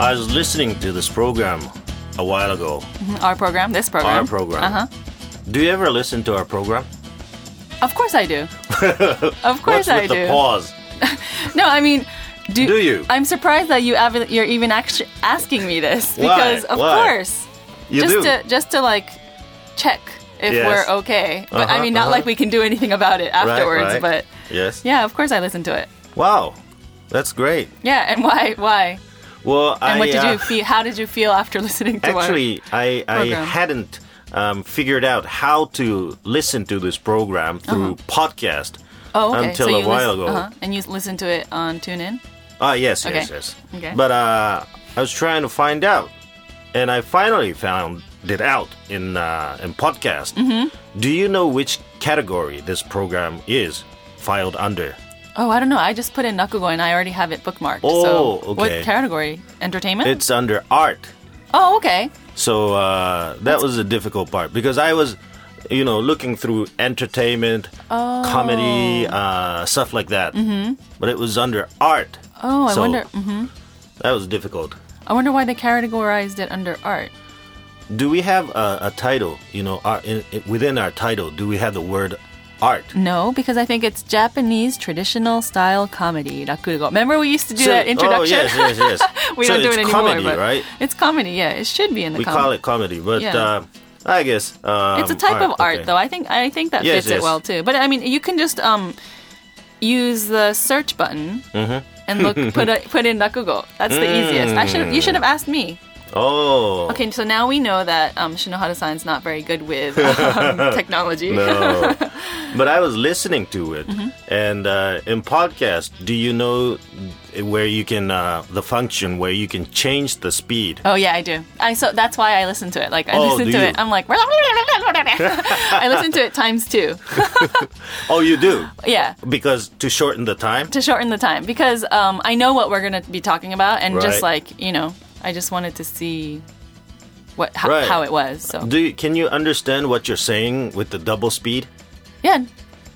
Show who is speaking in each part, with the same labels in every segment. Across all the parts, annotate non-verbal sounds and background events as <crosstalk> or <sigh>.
Speaker 1: I was listening to this program a while ago.
Speaker 2: Our program, this program.
Speaker 1: Our program.
Speaker 2: Uh-huh.
Speaker 1: Do you ever listen to our program?
Speaker 2: Of course
Speaker 1: <laughs>
Speaker 2: I do. of course
Speaker 1: What's
Speaker 2: I
Speaker 1: with
Speaker 2: do.
Speaker 1: the pause?
Speaker 2: No, I mean, do,
Speaker 1: Do you?
Speaker 2: I'm surprised that you ever, you're even actu asking me this
Speaker 1: Why?
Speaker 2: because of
Speaker 1: Why?
Speaker 2: course,
Speaker 1: You
Speaker 2: just
Speaker 1: do.
Speaker 2: to just to like check if
Speaker 1: Yes.
Speaker 2: we're okay. But I
Speaker 1: Uh-huh,
Speaker 2: mean, not
Speaker 1: uh-huh.
Speaker 2: like we can do anything about it afterwards.
Speaker 1: right.
Speaker 2: But
Speaker 1: yes.
Speaker 2: yeah, of course I listen to it.
Speaker 1: Wow, that's great.
Speaker 2: Yeah, and why? Why?
Speaker 1: Well,
Speaker 2: And
Speaker 1: I
Speaker 2: what did
Speaker 1: uh,
Speaker 2: you feel? How did you feel after <laughs> listening to our-
Speaker 1: actually I I
Speaker 2: program?
Speaker 1: hadn't um, figured out how to listen to this program through
Speaker 2: Uh-huh.
Speaker 1: podcast
Speaker 2: Oh, okay.
Speaker 1: until
Speaker 2: so
Speaker 1: a
Speaker 2: you
Speaker 1: while
Speaker 2: lis-
Speaker 1: ago.
Speaker 2: uh-huh. and you listen to it on TuneIn.
Speaker 1: Ah, yes,
Speaker 2: Okay.
Speaker 1: yes, yes.
Speaker 2: Okay.
Speaker 1: But uh, I was trying to find out, and I finally found it out in uh, in podcast.
Speaker 2: Mm-hmm.
Speaker 1: Do you know which category this program is filed under?
Speaker 2: Oh, I don't know. I just put in Nakugo and I already have it bookmarked.
Speaker 1: Oh,
Speaker 2: so What
Speaker 1: okay.
Speaker 2: category? Entertainment?
Speaker 1: It's under art.
Speaker 2: oh, okay.
Speaker 1: So uh, that was the difficult part because I was, you know, looking through entertainment,
Speaker 2: Oh.
Speaker 1: comedy, uh, stuff like that. Mm-hmm. But it was under art.
Speaker 2: Oh, I
Speaker 1: So
Speaker 2: wonder. mhm.
Speaker 1: That was difficult.
Speaker 2: I wonder why they categorized it under art.
Speaker 1: Do we have a, a title? You know, our, in, in- within our title, do we have the word art?
Speaker 2: No, because I think it's Japanese traditional style comedy. Rakugo. Remember we used to do
Speaker 1: So-
Speaker 2: that
Speaker 1: Oh
Speaker 2: introduction. <laughs>
Speaker 1: yes, yes, yes.
Speaker 2: we
Speaker 1: so
Speaker 2: don't do
Speaker 1: it's
Speaker 2: it anymore.
Speaker 1: comedy,
Speaker 2: but
Speaker 1: right?
Speaker 2: It's comedy. Yeah, it should be in the.
Speaker 1: We
Speaker 2: comedy.
Speaker 1: call it comedy, but
Speaker 2: Yeah.
Speaker 1: uh, I guess um,
Speaker 2: it's a type of art
Speaker 1: okay.
Speaker 2: though i think i think that
Speaker 1: Yes,
Speaker 2: fits
Speaker 1: yes.
Speaker 2: it well too but i mean you can just um use the search button
Speaker 1: Mm-hmm.
Speaker 2: and look put
Speaker 1: <laughs>
Speaker 2: a, put in rakugo that's the easiest i should you
Speaker 1: Mm.
Speaker 2: should have asked me
Speaker 1: Oh,
Speaker 2: okay so now we know that um shinohara san's not very good with
Speaker 1: <laughs>
Speaker 2: um, technology
Speaker 1: No. but I was listening to it,
Speaker 2: Mm-hmm.
Speaker 1: and uh, in podcast, do you know where you can uh, the function where you can change the speed?
Speaker 2: Oh yeah, I do. I so that's why I listen to it. Like I
Speaker 1: Oh,
Speaker 2: listen
Speaker 1: do
Speaker 2: to
Speaker 1: you?
Speaker 2: it. I'm like,
Speaker 1: <laughs>
Speaker 2: I listen to it times two.
Speaker 1: Oh, you do
Speaker 2: Yeah,
Speaker 1: because to shorten the time.
Speaker 2: to shorten the time because um, I know what we're gonna be talking about, and just
Speaker 1: Right.
Speaker 2: like you know, I just wanted to see what how,
Speaker 1: Right.
Speaker 2: how it was. So
Speaker 1: Do you, can you understand what you're saying with the double speed?
Speaker 2: yeah,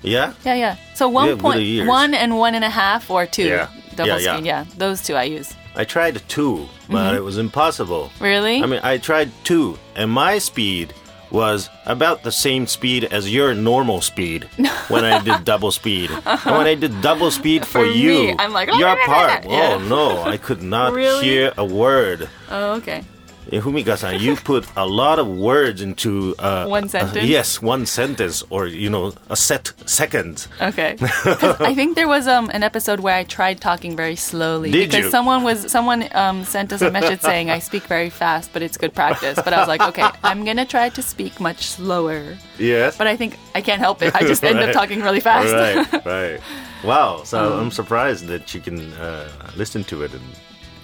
Speaker 1: Yeah.
Speaker 2: yeah, yeah. So one
Speaker 1: Yeah, with the
Speaker 2: point
Speaker 1: years.
Speaker 2: one and one and a half or two
Speaker 1: Yeah.
Speaker 2: double
Speaker 1: Yeah, yeah.
Speaker 2: speed. Yeah, those two I use.
Speaker 1: I tried two, but it was impossible.
Speaker 2: Mm-hmm. Really?
Speaker 1: I mean, I tried two, and my speed was about the same speed as your normal speed
Speaker 2: <laughs>
Speaker 1: when I did double speed. And when I did double speed for,
Speaker 2: For
Speaker 1: you,
Speaker 2: me, I'm like,
Speaker 1: your part.
Speaker 2: yeah.
Speaker 1: Oh no, I could not
Speaker 2: <laughs> Really?
Speaker 1: hear a word.
Speaker 2: oh, okay.
Speaker 1: Eh, Humika-san,
Speaker 2: <laughs>
Speaker 1: you put a lot of words into uh,
Speaker 2: One
Speaker 1: uh,
Speaker 2: sentence?
Speaker 1: yes, one sentence, or you know, a set second.
Speaker 2: Okay. <laughs> 'Cause I think there was um, an episode where I tried talking very slowly
Speaker 1: Did
Speaker 2: because
Speaker 1: you?
Speaker 2: someone was someone um, sent us a message saying I speak very fast, but it's good practice. But I was like, okay, I'm gonna try to speak much slower.
Speaker 1: Yes.
Speaker 2: But I think I can't help it. I just end up
Speaker 1: Right.
Speaker 2: talking really fast.
Speaker 1: right, right. Wow. So
Speaker 2: Uh-huh.
Speaker 1: I'm surprised that you can uh, listen to it and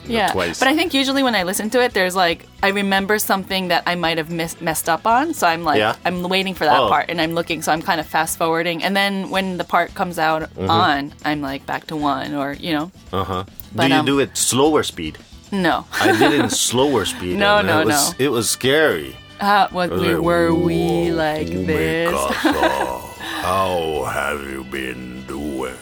Speaker 1: you know,
Speaker 2: <laughs> yeah.
Speaker 1: twice.
Speaker 2: But I think usually when I listen to it, there's like I remember something that I might have mis- messed up on, so I'm like
Speaker 1: Yeah.
Speaker 2: I'm waiting for that
Speaker 1: Oh.
Speaker 2: part, and I'm looking, so I'm kind of fast forwarding, and then when the part comes out
Speaker 1: Mm-hmm.
Speaker 2: on, I'm like back to one, or you know,
Speaker 1: Uh huh. Do
Speaker 2: But,
Speaker 1: you
Speaker 2: um,
Speaker 1: do it slower speed?
Speaker 2: no. <laughs>
Speaker 1: I did it in slower speed.
Speaker 2: No,
Speaker 1: and
Speaker 2: no,
Speaker 1: it was, It was scary.
Speaker 2: How, what
Speaker 1: I was
Speaker 2: we
Speaker 1: like,
Speaker 2: were we
Speaker 1: "Whoa,
Speaker 2: like this? <laughs>
Speaker 1: Umeka-san, how have you been doing?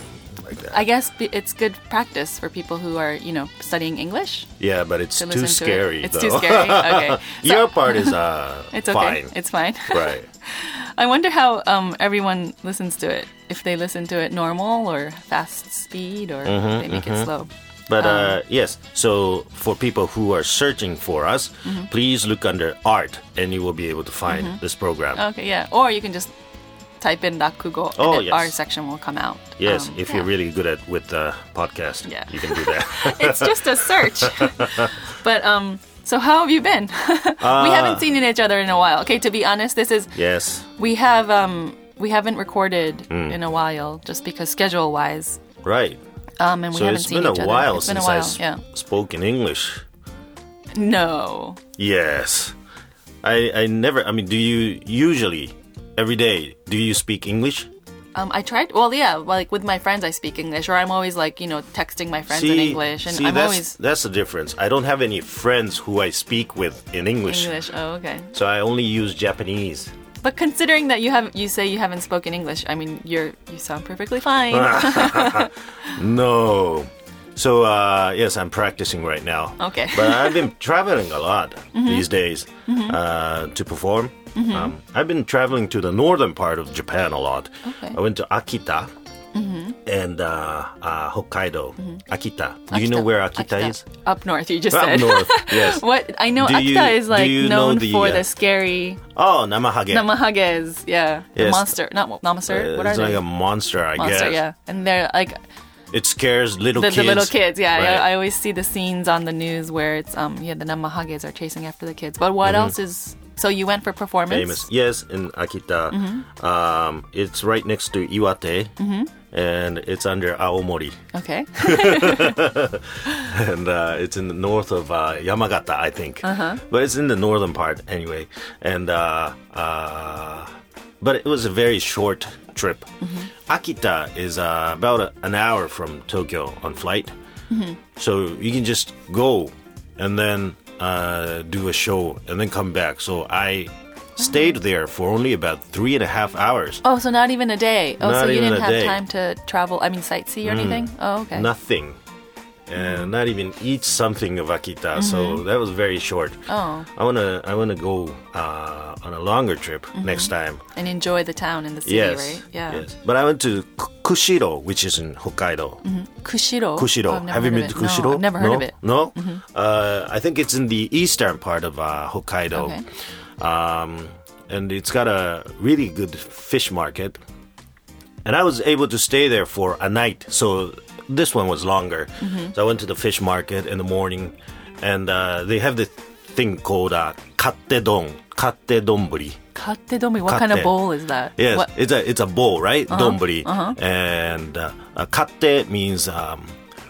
Speaker 1: Like that.
Speaker 2: I guess be- it's good practice for people who are you know studying English
Speaker 1: Yeah, but it's
Speaker 2: to
Speaker 1: too
Speaker 2: listen
Speaker 1: scary.
Speaker 2: to it. It's
Speaker 1: though.
Speaker 2: too scary. Okay, So-
Speaker 1: <laughs> Your part
Speaker 2: <laughs>
Speaker 1: is uh,
Speaker 2: it's okay.
Speaker 1: fine.
Speaker 2: It's fine.
Speaker 1: right.
Speaker 2: <laughs> I wonder how um, everyone listens to it. If they listen to it normal or fast speed, or
Speaker 1: Mm-hmm,
Speaker 2: if they make it slow. Oh.
Speaker 1: But uh, yes, so for people who are searching for us,
Speaker 2: Mm-hmm.
Speaker 1: please look under art and you will be able to find this program.
Speaker 2: Okay, yeah. Or you can just type in Rakugo,
Speaker 1: Oh,
Speaker 2: and it-
Speaker 1: yes.
Speaker 2: our section will come out.
Speaker 1: yes,
Speaker 2: Um,
Speaker 1: if
Speaker 2: yeah.
Speaker 1: you're really good at with the podcast,
Speaker 2: Yeah.
Speaker 1: you can do
Speaker 2: <laughs>
Speaker 1: that. <laughs>
Speaker 2: it's just a search. <laughs> but um, so how have you been? <laughs> we
Speaker 1: Uh,
Speaker 2: haven't seen each other in a while. Okay, to be honest, this is
Speaker 1: yes.
Speaker 2: We have um we haven't recorded
Speaker 1: Hmm.
Speaker 2: in a while just because schedule wise.
Speaker 1: Right.
Speaker 2: Um and we
Speaker 1: So
Speaker 2: haven't
Speaker 1: it's
Speaker 2: seen
Speaker 1: been a
Speaker 2: each other.
Speaker 1: while
Speaker 2: It's been
Speaker 1: since
Speaker 2: a while.
Speaker 1: I s-
Speaker 2: yeah.
Speaker 1: spoke in English.
Speaker 2: No.
Speaker 1: Yes. I I never I mean do you usually every day do you speak English?
Speaker 2: Um I tried well yeah, like with my friends I speak English or I'm always like, you know, texting my friends in English and
Speaker 1: see,
Speaker 2: I'm
Speaker 1: that's
Speaker 2: always
Speaker 1: that's the difference. I don't have any friends who I speak with in English.
Speaker 2: English. Oh, okay.
Speaker 1: So I only use Japanese.
Speaker 2: But considering that you have you say you haven't
Speaker 1: Ah,
Speaker 2: spoken English, I mean, you're you sound perfectly fine.
Speaker 1: No. So uh, yes, I'm practicing right now.
Speaker 2: Okay. Mm-hmm.
Speaker 1: but I've been <laughs> traveling a lot these days uh, to perform. Um, I've been traveling to the northern part of Japan a lot.
Speaker 2: Okay. Mm-hmm.
Speaker 1: I went to Akita and uh, uh, Hokkaido. Akita. Do you know where Akita, is?
Speaker 2: Up north, you just
Speaker 1: <laughs> Up
Speaker 2: said.
Speaker 1: north, yes.
Speaker 2: <laughs> what I know,
Speaker 1: Do
Speaker 2: Akita
Speaker 1: you-
Speaker 2: is
Speaker 1: do
Speaker 2: like
Speaker 1: you know
Speaker 2: known
Speaker 1: the,
Speaker 2: for
Speaker 1: uh,
Speaker 2: the scary
Speaker 1: Oh, Namahage.
Speaker 2: namahages. Yeah, the
Speaker 1: Yes.
Speaker 2: monster, not monster.
Speaker 1: Uh,
Speaker 2: what are
Speaker 1: it's like
Speaker 2: they?
Speaker 1: a monster, I
Speaker 2: monster.
Speaker 1: guess.
Speaker 2: Yeah, and they're like
Speaker 1: It scares little
Speaker 2: the,
Speaker 1: kids.
Speaker 2: the little kids. Yeah,
Speaker 1: Right.
Speaker 2: I, I always see the scenes on the news where it's um yeah the namahages are chasing after the kids. But what else is so you went for performance?
Speaker 1: Mm-hmm. famous. Yes, in Akita. Um, it's right next to Iwate, and it's under Aomori,
Speaker 2: Okay.
Speaker 1: and uh, it's in the north of uh, Yamagata, I think. But it's in the northern part anyway. And uh, uh, but it was a very short trip. Akita is uh, about a, an hour from Tokyo on flight, so you can just go and then uh, do a show and then come back. So I. Stayed there for only about three and a half hours.
Speaker 2: Oh, so not even a day. Oh, so
Speaker 1: Not
Speaker 2: you
Speaker 1: even
Speaker 2: didn't
Speaker 1: a
Speaker 2: have
Speaker 1: day. Mm-hmm.
Speaker 2: time to travel. I mean, sightsee or anything. Oh, okay.
Speaker 1: nothing and not even eat something of Akita. So that was very short.
Speaker 2: Mm-hmm. Oh.
Speaker 1: I wanna I wanna go uh, on a longer trip next time.
Speaker 2: And enjoy the town and the city,
Speaker 1: yes.
Speaker 2: right? Mm-hmm. Yeah.
Speaker 1: Yes. But I went to K- Kushiro, which is in Hokkaido.
Speaker 2: Kushiro.
Speaker 1: Kushiro.
Speaker 2: Oh, I've never
Speaker 1: Have you
Speaker 2: heard
Speaker 1: been
Speaker 2: of
Speaker 1: to
Speaker 2: it. No,
Speaker 1: Kushiro?
Speaker 2: I've never heard
Speaker 1: no?
Speaker 2: of it.
Speaker 1: No.
Speaker 2: Mm-hmm.
Speaker 1: Uh, I think it's in the eastern part of uh, Hokkaido.
Speaker 2: Okay.
Speaker 1: Um, and it's got a really good fish market. And I was able to stay there for a night. So this one was longer.
Speaker 2: Mm-hmm.
Speaker 1: So I went to the fish market in the morning. And uh, they have this thing called uh, katte don. Katte donburi.
Speaker 2: Katedomi. What kind of
Speaker 1: Kate.
Speaker 2: bowl is that?
Speaker 1: Yes,
Speaker 2: What? Uh-huh.
Speaker 1: it's a it's a bowl, right? Donburi. And uh, uh, katte means um,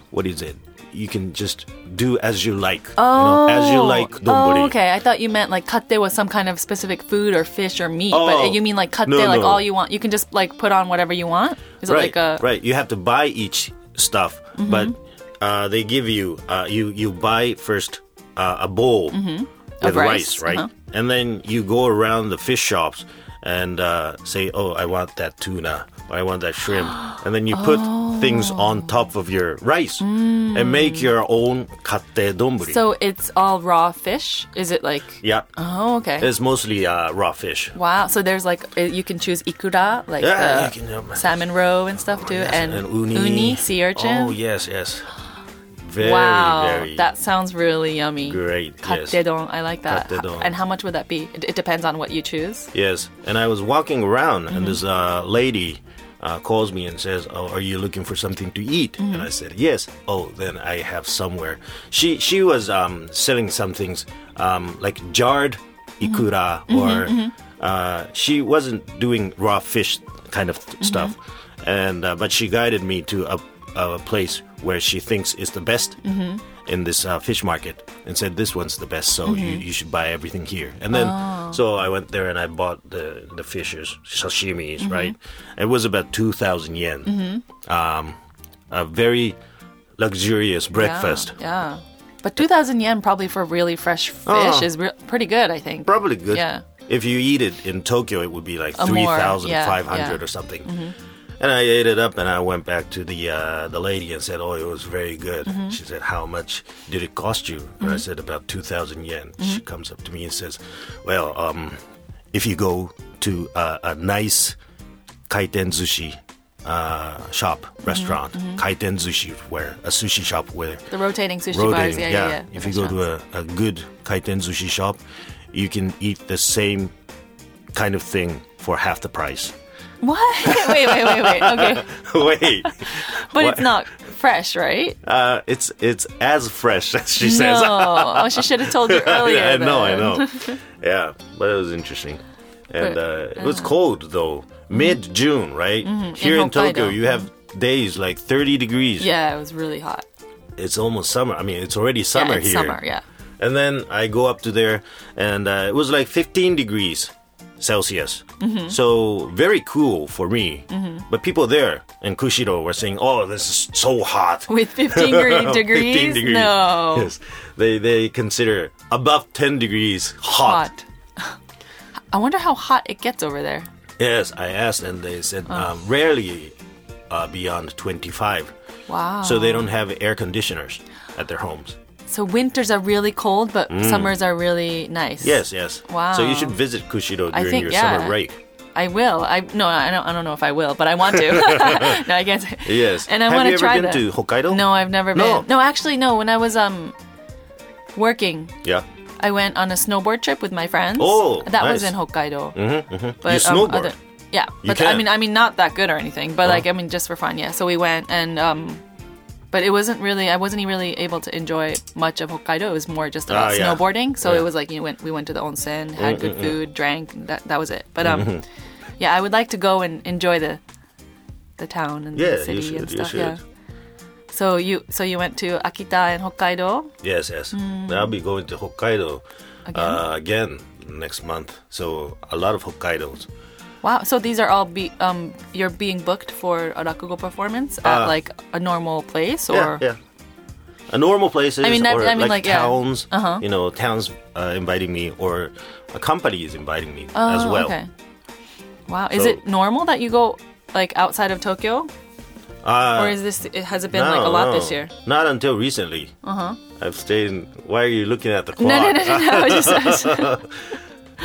Speaker 1: what is it? You can just do as you like.
Speaker 2: Oh,
Speaker 1: you know, as you like donburi.
Speaker 2: Oh, okay. I thought you meant like kate was some kind of specific food or fish or meat,
Speaker 1: Oh.
Speaker 2: but you mean like kate,
Speaker 1: No,
Speaker 2: like
Speaker 1: no.
Speaker 2: all you want. You can just like put on whatever you want. Is it
Speaker 1: right,
Speaker 2: like a Mm-hmm.
Speaker 1: right. You have to buy each stuff, but uh, they give you uh, you you buy first uh, a bowl with
Speaker 2: Mm-hmm. Of rice, uh-huh.
Speaker 1: rice, right? And then you go around the fish shops and uh, say, "Oh, I want that tuna." or I want that
Speaker 2: <gasps>
Speaker 1: shrimp, and then you put things
Speaker 2: Oh.
Speaker 1: on top of your rice and make your own kate donburi.
Speaker 2: Mm. So it's all raw fish. Is it like?
Speaker 1: yeah,
Speaker 2: Oh, okay.
Speaker 1: it's mostly uh, raw fish.
Speaker 2: Wow. So there's like uh, you can choose ikura, like
Speaker 1: Yeah,
Speaker 2: uh,
Speaker 1: you can, um,
Speaker 2: salmon roe and stuff too,
Speaker 1: Yes,
Speaker 2: and,
Speaker 1: uni.
Speaker 2: sea urchin.
Speaker 1: Oh yes, yes. Very,
Speaker 2: wow,
Speaker 1: very
Speaker 2: that sounds really yummy.
Speaker 1: great. yes.
Speaker 2: Katedon, I like that.
Speaker 1: Katedon.
Speaker 2: And how much would that be? It, it depends on what you choose.
Speaker 1: Yes, and I was walking around, and this uh, lady uh, calls me and says, "Oh, are you looking for something to eat?" And I said, "Yes." Oh, then I have somewhere. She she was um, selling some things um, like jarred ikura, or Uh, she wasn't doing raw fish kind of th- stuff, and uh, but she guided me to a, uh, a place where she thinks is the best. In this uh, fish market, and said this one's the best, so you, you should buy everything here. And then, so I went there and I bought the the fishes, sashimis, right? It was about two thousand yen. Um, a very luxurious breakfast,
Speaker 2: Yeah. yeah. But 2,000 yen probably for really fresh fish
Speaker 1: Oh.
Speaker 2: is re- pretty good, I think.
Speaker 1: probably good.
Speaker 2: Yeah.
Speaker 1: If you eat it in Tokyo, it would be like
Speaker 2: A
Speaker 1: three
Speaker 2: more,
Speaker 1: thousand
Speaker 2: yeah,
Speaker 1: five hundred
Speaker 2: yeah. Mm-hmm.
Speaker 1: or something. And I ate it up, and I went back to the uh, the lady and said, "Oh, it was very good."
Speaker 2: Mm-hmm.
Speaker 1: She said, "How much did it cost you?" And I said, "About two thousand yen." She
Speaker 2: Mm-hmm.
Speaker 1: comes up to me and says, "Well, um, if you go to uh, a nice kaiten sushi uh, shop
Speaker 2: Mm-hmm.
Speaker 1: restaurant, kaiten sushi, where a sushi shop where
Speaker 2: The rotating sushi bars.
Speaker 1: rotating,
Speaker 2: Yeah, yeah, yeah.
Speaker 1: If you go to a, a good kaiten sushi shop, you can eat the same kind of thing for half the price.
Speaker 2: What? <laughs> wait, wait, wait, wait. Okay.
Speaker 1: <laughs> Wait,
Speaker 2: But
Speaker 1: What?
Speaker 2: it's not fresh, right?
Speaker 1: uh, it's it's as fresh as she <laughs> says. <laughs>
Speaker 2: No. Oh, she should have told you earlier.
Speaker 1: I know, I
Speaker 2: then.
Speaker 1: know.
Speaker 2: <laughs>
Speaker 1: yeah, but it was interesting, and uh, it was cold though. Mid June, right? Here in,
Speaker 2: Mm-hmm. in
Speaker 1: Tokyo,
Speaker 2: Hokkaido.
Speaker 1: you have days like 30 degrees.
Speaker 2: Yeah, it was really hot.
Speaker 1: It's almost summer. I mean, it's already
Speaker 2: Yeah,
Speaker 1: summer
Speaker 2: it's
Speaker 1: here.
Speaker 2: Summer, yeah.
Speaker 1: And then I go up to there, and uh, it was like 15 degrees Celsius.
Speaker 2: Mm-hmm.
Speaker 1: So very cool for me. But people there in Kushiro were saying, "Oh, this is so hot."
Speaker 2: With
Speaker 1: <laughs>
Speaker 2: 15 gre- degrees?
Speaker 1: 15 degrees.
Speaker 2: No.
Speaker 1: Yes, they they consider above 10 degrees hot.
Speaker 2: Hot. I wonder how hot it gets over there. Oh.
Speaker 1: Yes, I asked, and they said um, rarely uh, beyond 25.
Speaker 2: Wow.
Speaker 1: So they don't have air conditioners at their homes.
Speaker 2: So winters are really cold, but summers are really nice.
Speaker 1: Mm. Yes, yes.
Speaker 2: Wow.
Speaker 1: So you should visit Kushido
Speaker 2: I
Speaker 1: during
Speaker 2: think,
Speaker 1: your
Speaker 2: yeah.
Speaker 1: summer break.
Speaker 2: I will. I no, I don't. I don't know if I will, but I want to. <laughs> no, I can't. Say.
Speaker 1: Yes.
Speaker 2: And I
Speaker 1: have
Speaker 2: want
Speaker 1: you
Speaker 2: to
Speaker 1: ever
Speaker 2: try
Speaker 1: been
Speaker 2: that.
Speaker 1: to Hokkaido?
Speaker 2: No, I've never been.
Speaker 1: No.
Speaker 2: No. actually, no. When I was um working,
Speaker 1: Yeah.
Speaker 2: I went on a snowboard trip with my friends.
Speaker 1: Oh,
Speaker 2: that was
Speaker 1: nice. Mm-hmm,
Speaker 2: in Hokkaido.
Speaker 1: You
Speaker 2: But um,
Speaker 1: snowboard.
Speaker 2: other, yeah, but I
Speaker 1: can. Uh-huh.
Speaker 2: mean, I mean, not that good or anything, but like, I mean, just for fun, yeah. So we went and um, but it wasn't really, I wasn't really able to enjoy much of Hokkaido. It was more just about
Speaker 1: Ah, yeah.
Speaker 2: snowboarding. So
Speaker 1: Yeah. Mm-hmm,
Speaker 2: it was like you went, we went to the onsen, had good food, drank. and that that was it. But um, yeah, I would like to go and enjoy the the town and
Speaker 1: Yeah,
Speaker 2: the
Speaker 1: you
Speaker 2: city and
Speaker 1: should, you
Speaker 2: stuff.
Speaker 1: should.
Speaker 2: Yeah. So you so you went to Akita and Hokkaido.
Speaker 1: Yes, yes. I'll be going to Hokkaido
Speaker 2: Mm. Again?
Speaker 1: Uh, again next month. So a lot of Hokkaidos.
Speaker 2: Wow. So these are all be um you're being booked for a rakugo performance
Speaker 1: Uh,
Speaker 2: at like a normal place or
Speaker 1: yeah, yeah. A normal places,
Speaker 2: I mean, that-
Speaker 1: or
Speaker 2: I mean,
Speaker 1: like,
Speaker 2: like, yeah.
Speaker 1: towns.
Speaker 2: Uh-huh.
Speaker 1: You know, towns uh, inviting me, or a company is inviting me as
Speaker 2: Oh,
Speaker 1: well.
Speaker 2: Okay. Wow. Is
Speaker 1: So-
Speaker 2: it normal that you go like outside of Tokyo,
Speaker 1: Uh,
Speaker 2: or is this it has it been like a lot
Speaker 1: no,
Speaker 2: this year? Uh-huh.
Speaker 1: Not until recently. Uh huh. I've stayed. In, why are you looking at the clock?
Speaker 2: <laughs> No, no, no, no, no.
Speaker 1: <laughs>
Speaker 2: I was just- <laughs> I was-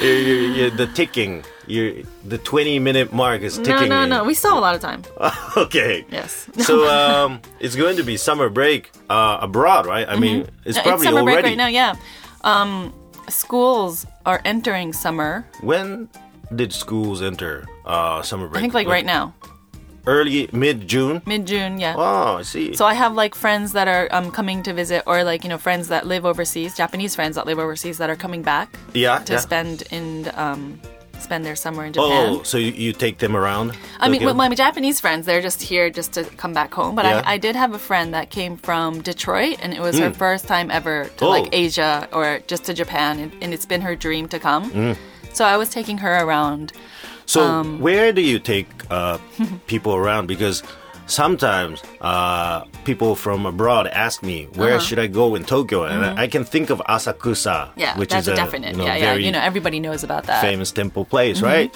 Speaker 1: you you you the ticking. You the twenty minute mark is
Speaker 2: no,
Speaker 1: ticking.
Speaker 2: no,
Speaker 1: me. Uh,
Speaker 2: no. We still have a lot of time.
Speaker 1: <laughs> okay.
Speaker 2: <laughs> Yes.
Speaker 1: So um, it's going to be summer break uh, abroad, right? I mean, it's
Speaker 2: Mm-hmm. No,
Speaker 1: probably
Speaker 2: summer
Speaker 1: already.
Speaker 2: break right now. Yeah. Um, schools are entering summer.
Speaker 1: When did schools enter uh, summer break?
Speaker 2: I think like right now,
Speaker 1: early mid June.
Speaker 2: mid June. Yeah.
Speaker 1: Oh, I see.
Speaker 2: So I have like friends that are um, coming to visit, or like you know friends that live overseas, Japanese friends that live overseas that are coming back
Speaker 1: yeah,
Speaker 2: to
Speaker 1: yeah.
Speaker 2: spend in um, spend their summer in Japan.
Speaker 1: Oh, so you, you take them around?
Speaker 2: I mean,
Speaker 1: Tokyo?
Speaker 2: with my Japanese friends, they're just here just to come back home. But
Speaker 1: Yeah. Hmm.
Speaker 2: I, I did have a friend that came from Detroit, and it was her first time ever to
Speaker 1: Oh.
Speaker 2: like Asia or just to Japan, and, and it's been her dream to come.
Speaker 1: Hmm.
Speaker 2: So I was taking her around.
Speaker 1: So
Speaker 2: um,
Speaker 1: where do you take
Speaker 2: <laughs>
Speaker 1: uh, people around? Because sometimes uh, people from abroad ask me, where
Speaker 2: Uh-huh.
Speaker 1: should I go in Tokyo? And I I can think of Asakusa,
Speaker 2: Mm-hmm. Yeah,
Speaker 1: which
Speaker 2: that's
Speaker 1: is
Speaker 2: a definite.
Speaker 1: you know,
Speaker 2: yeah, yeah.
Speaker 1: very
Speaker 2: You know, everybody knows about that.
Speaker 1: famous temple place,
Speaker 2: Mm-hmm.
Speaker 1: right?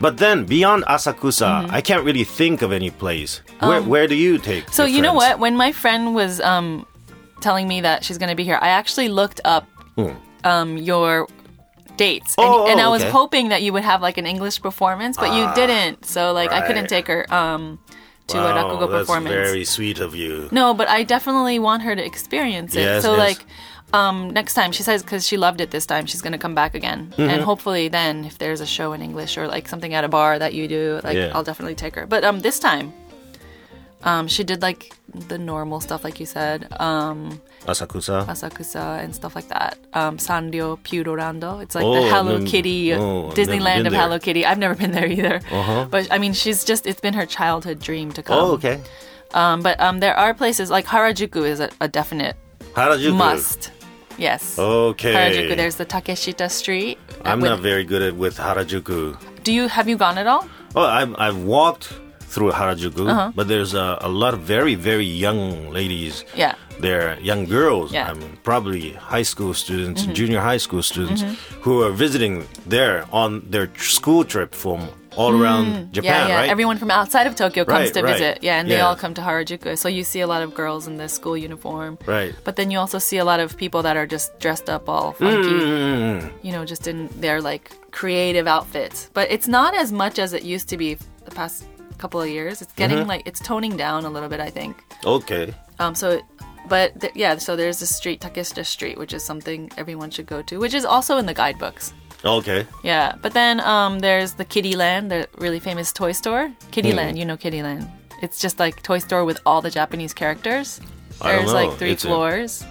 Speaker 1: But then beyond Asakusa, I can't really think of any place. where, where do you take?
Speaker 2: Oh. So
Speaker 1: your
Speaker 2: you know
Speaker 1: friends?
Speaker 2: what? When my friend was um, telling me that she's going to be here, I actually looked up um, your dates, and,
Speaker 1: Hmm. Oh,
Speaker 2: and I
Speaker 1: oh,
Speaker 2: was
Speaker 1: okay. Ah.
Speaker 2: hoping that you would have like an English performance, but you didn't. So like I couldn't
Speaker 1: right.
Speaker 2: take her um, to a
Speaker 1: Wow,
Speaker 2: rakugo
Speaker 1: that's
Speaker 2: performance.
Speaker 1: very sweet of you.
Speaker 2: No, but I definitely want her to experience it.
Speaker 1: Yes,
Speaker 2: so
Speaker 1: yes.
Speaker 2: like. Um, next time she says because she loved it this time she's gonna come back again
Speaker 1: Mm-hmm.
Speaker 2: and hopefully then if there's a show in english or like something at a bar that you do like
Speaker 1: Yeah.
Speaker 2: i'll definitely take her but um this time um she did like the normal stuff like you said um
Speaker 1: Asakusa.
Speaker 2: asakusa and stuff like that um sanrio Piurorando. it's like
Speaker 1: Oh,
Speaker 2: the hello
Speaker 1: I've nev-
Speaker 2: kitty
Speaker 1: oh, I've never
Speaker 2: disneyland
Speaker 1: been
Speaker 2: of
Speaker 1: there. Uh-huh.
Speaker 2: hello kitty i've never been there either but i mean she's just it's been her childhood dream to come
Speaker 1: oh, okay.
Speaker 2: um, but um, there are places like Harajuku is a, a definite
Speaker 1: Harajuku.
Speaker 2: must. Yes.
Speaker 1: Okay.
Speaker 2: Harajuku. There's the Takeshita Street. uh,
Speaker 1: I'm
Speaker 2: with-
Speaker 1: not very good at with Harajuku.
Speaker 2: Do you have you gone at all?
Speaker 1: Oh, I've, I've walked through Harajuku,
Speaker 2: Uh-huh.
Speaker 1: but there's a, a lot of very, very young ladies.
Speaker 2: Yeah.
Speaker 1: They're young girls.
Speaker 2: Yeah. Mm-hmm.
Speaker 1: I'm probably high school students, junior high school students, who are visiting there on their tr- school trip from all around Japan,
Speaker 2: Mm. yeah, yeah.
Speaker 1: right?
Speaker 2: Everyone from outside of Tokyo comes
Speaker 1: Right,
Speaker 2: to
Speaker 1: right.
Speaker 2: visit. Yeah, and they
Speaker 1: Yeah.
Speaker 2: all come to Harajuku. So you see a lot of girls in the school uniform.
Speaker 1: Right.
Speaker 2: But then you also see a lot of people that are just dressed up all funky.
Speaker 1: Mm.
Speaker 2: You know, just in their like creative outfits. But it's not as much as it used to be the past couple of years. It's
Speaker 1: Mm-hmm.
Speaker 2: getting like it's toning down a little bit, I think.
Speaker 1: Okay.
Speaker 2: Um, so, but th- yeah, so there's this street, Takeshita Street, which is something everyone should go to, which is also in the guidebooks.
Speaker 1: Okay.
Speaker 2: Yeah, but then um, there's the Kittyland, the really famous toy store.
Speaker 1: Hmm.
Speaker 2: Kittyland, you know Kittyland. It's just like toy store with all the Japanese characters. There's
Speaker 1: I don't know.
Speaker 2: like three
Speaker 1: It's a-
Speaker 2: floors.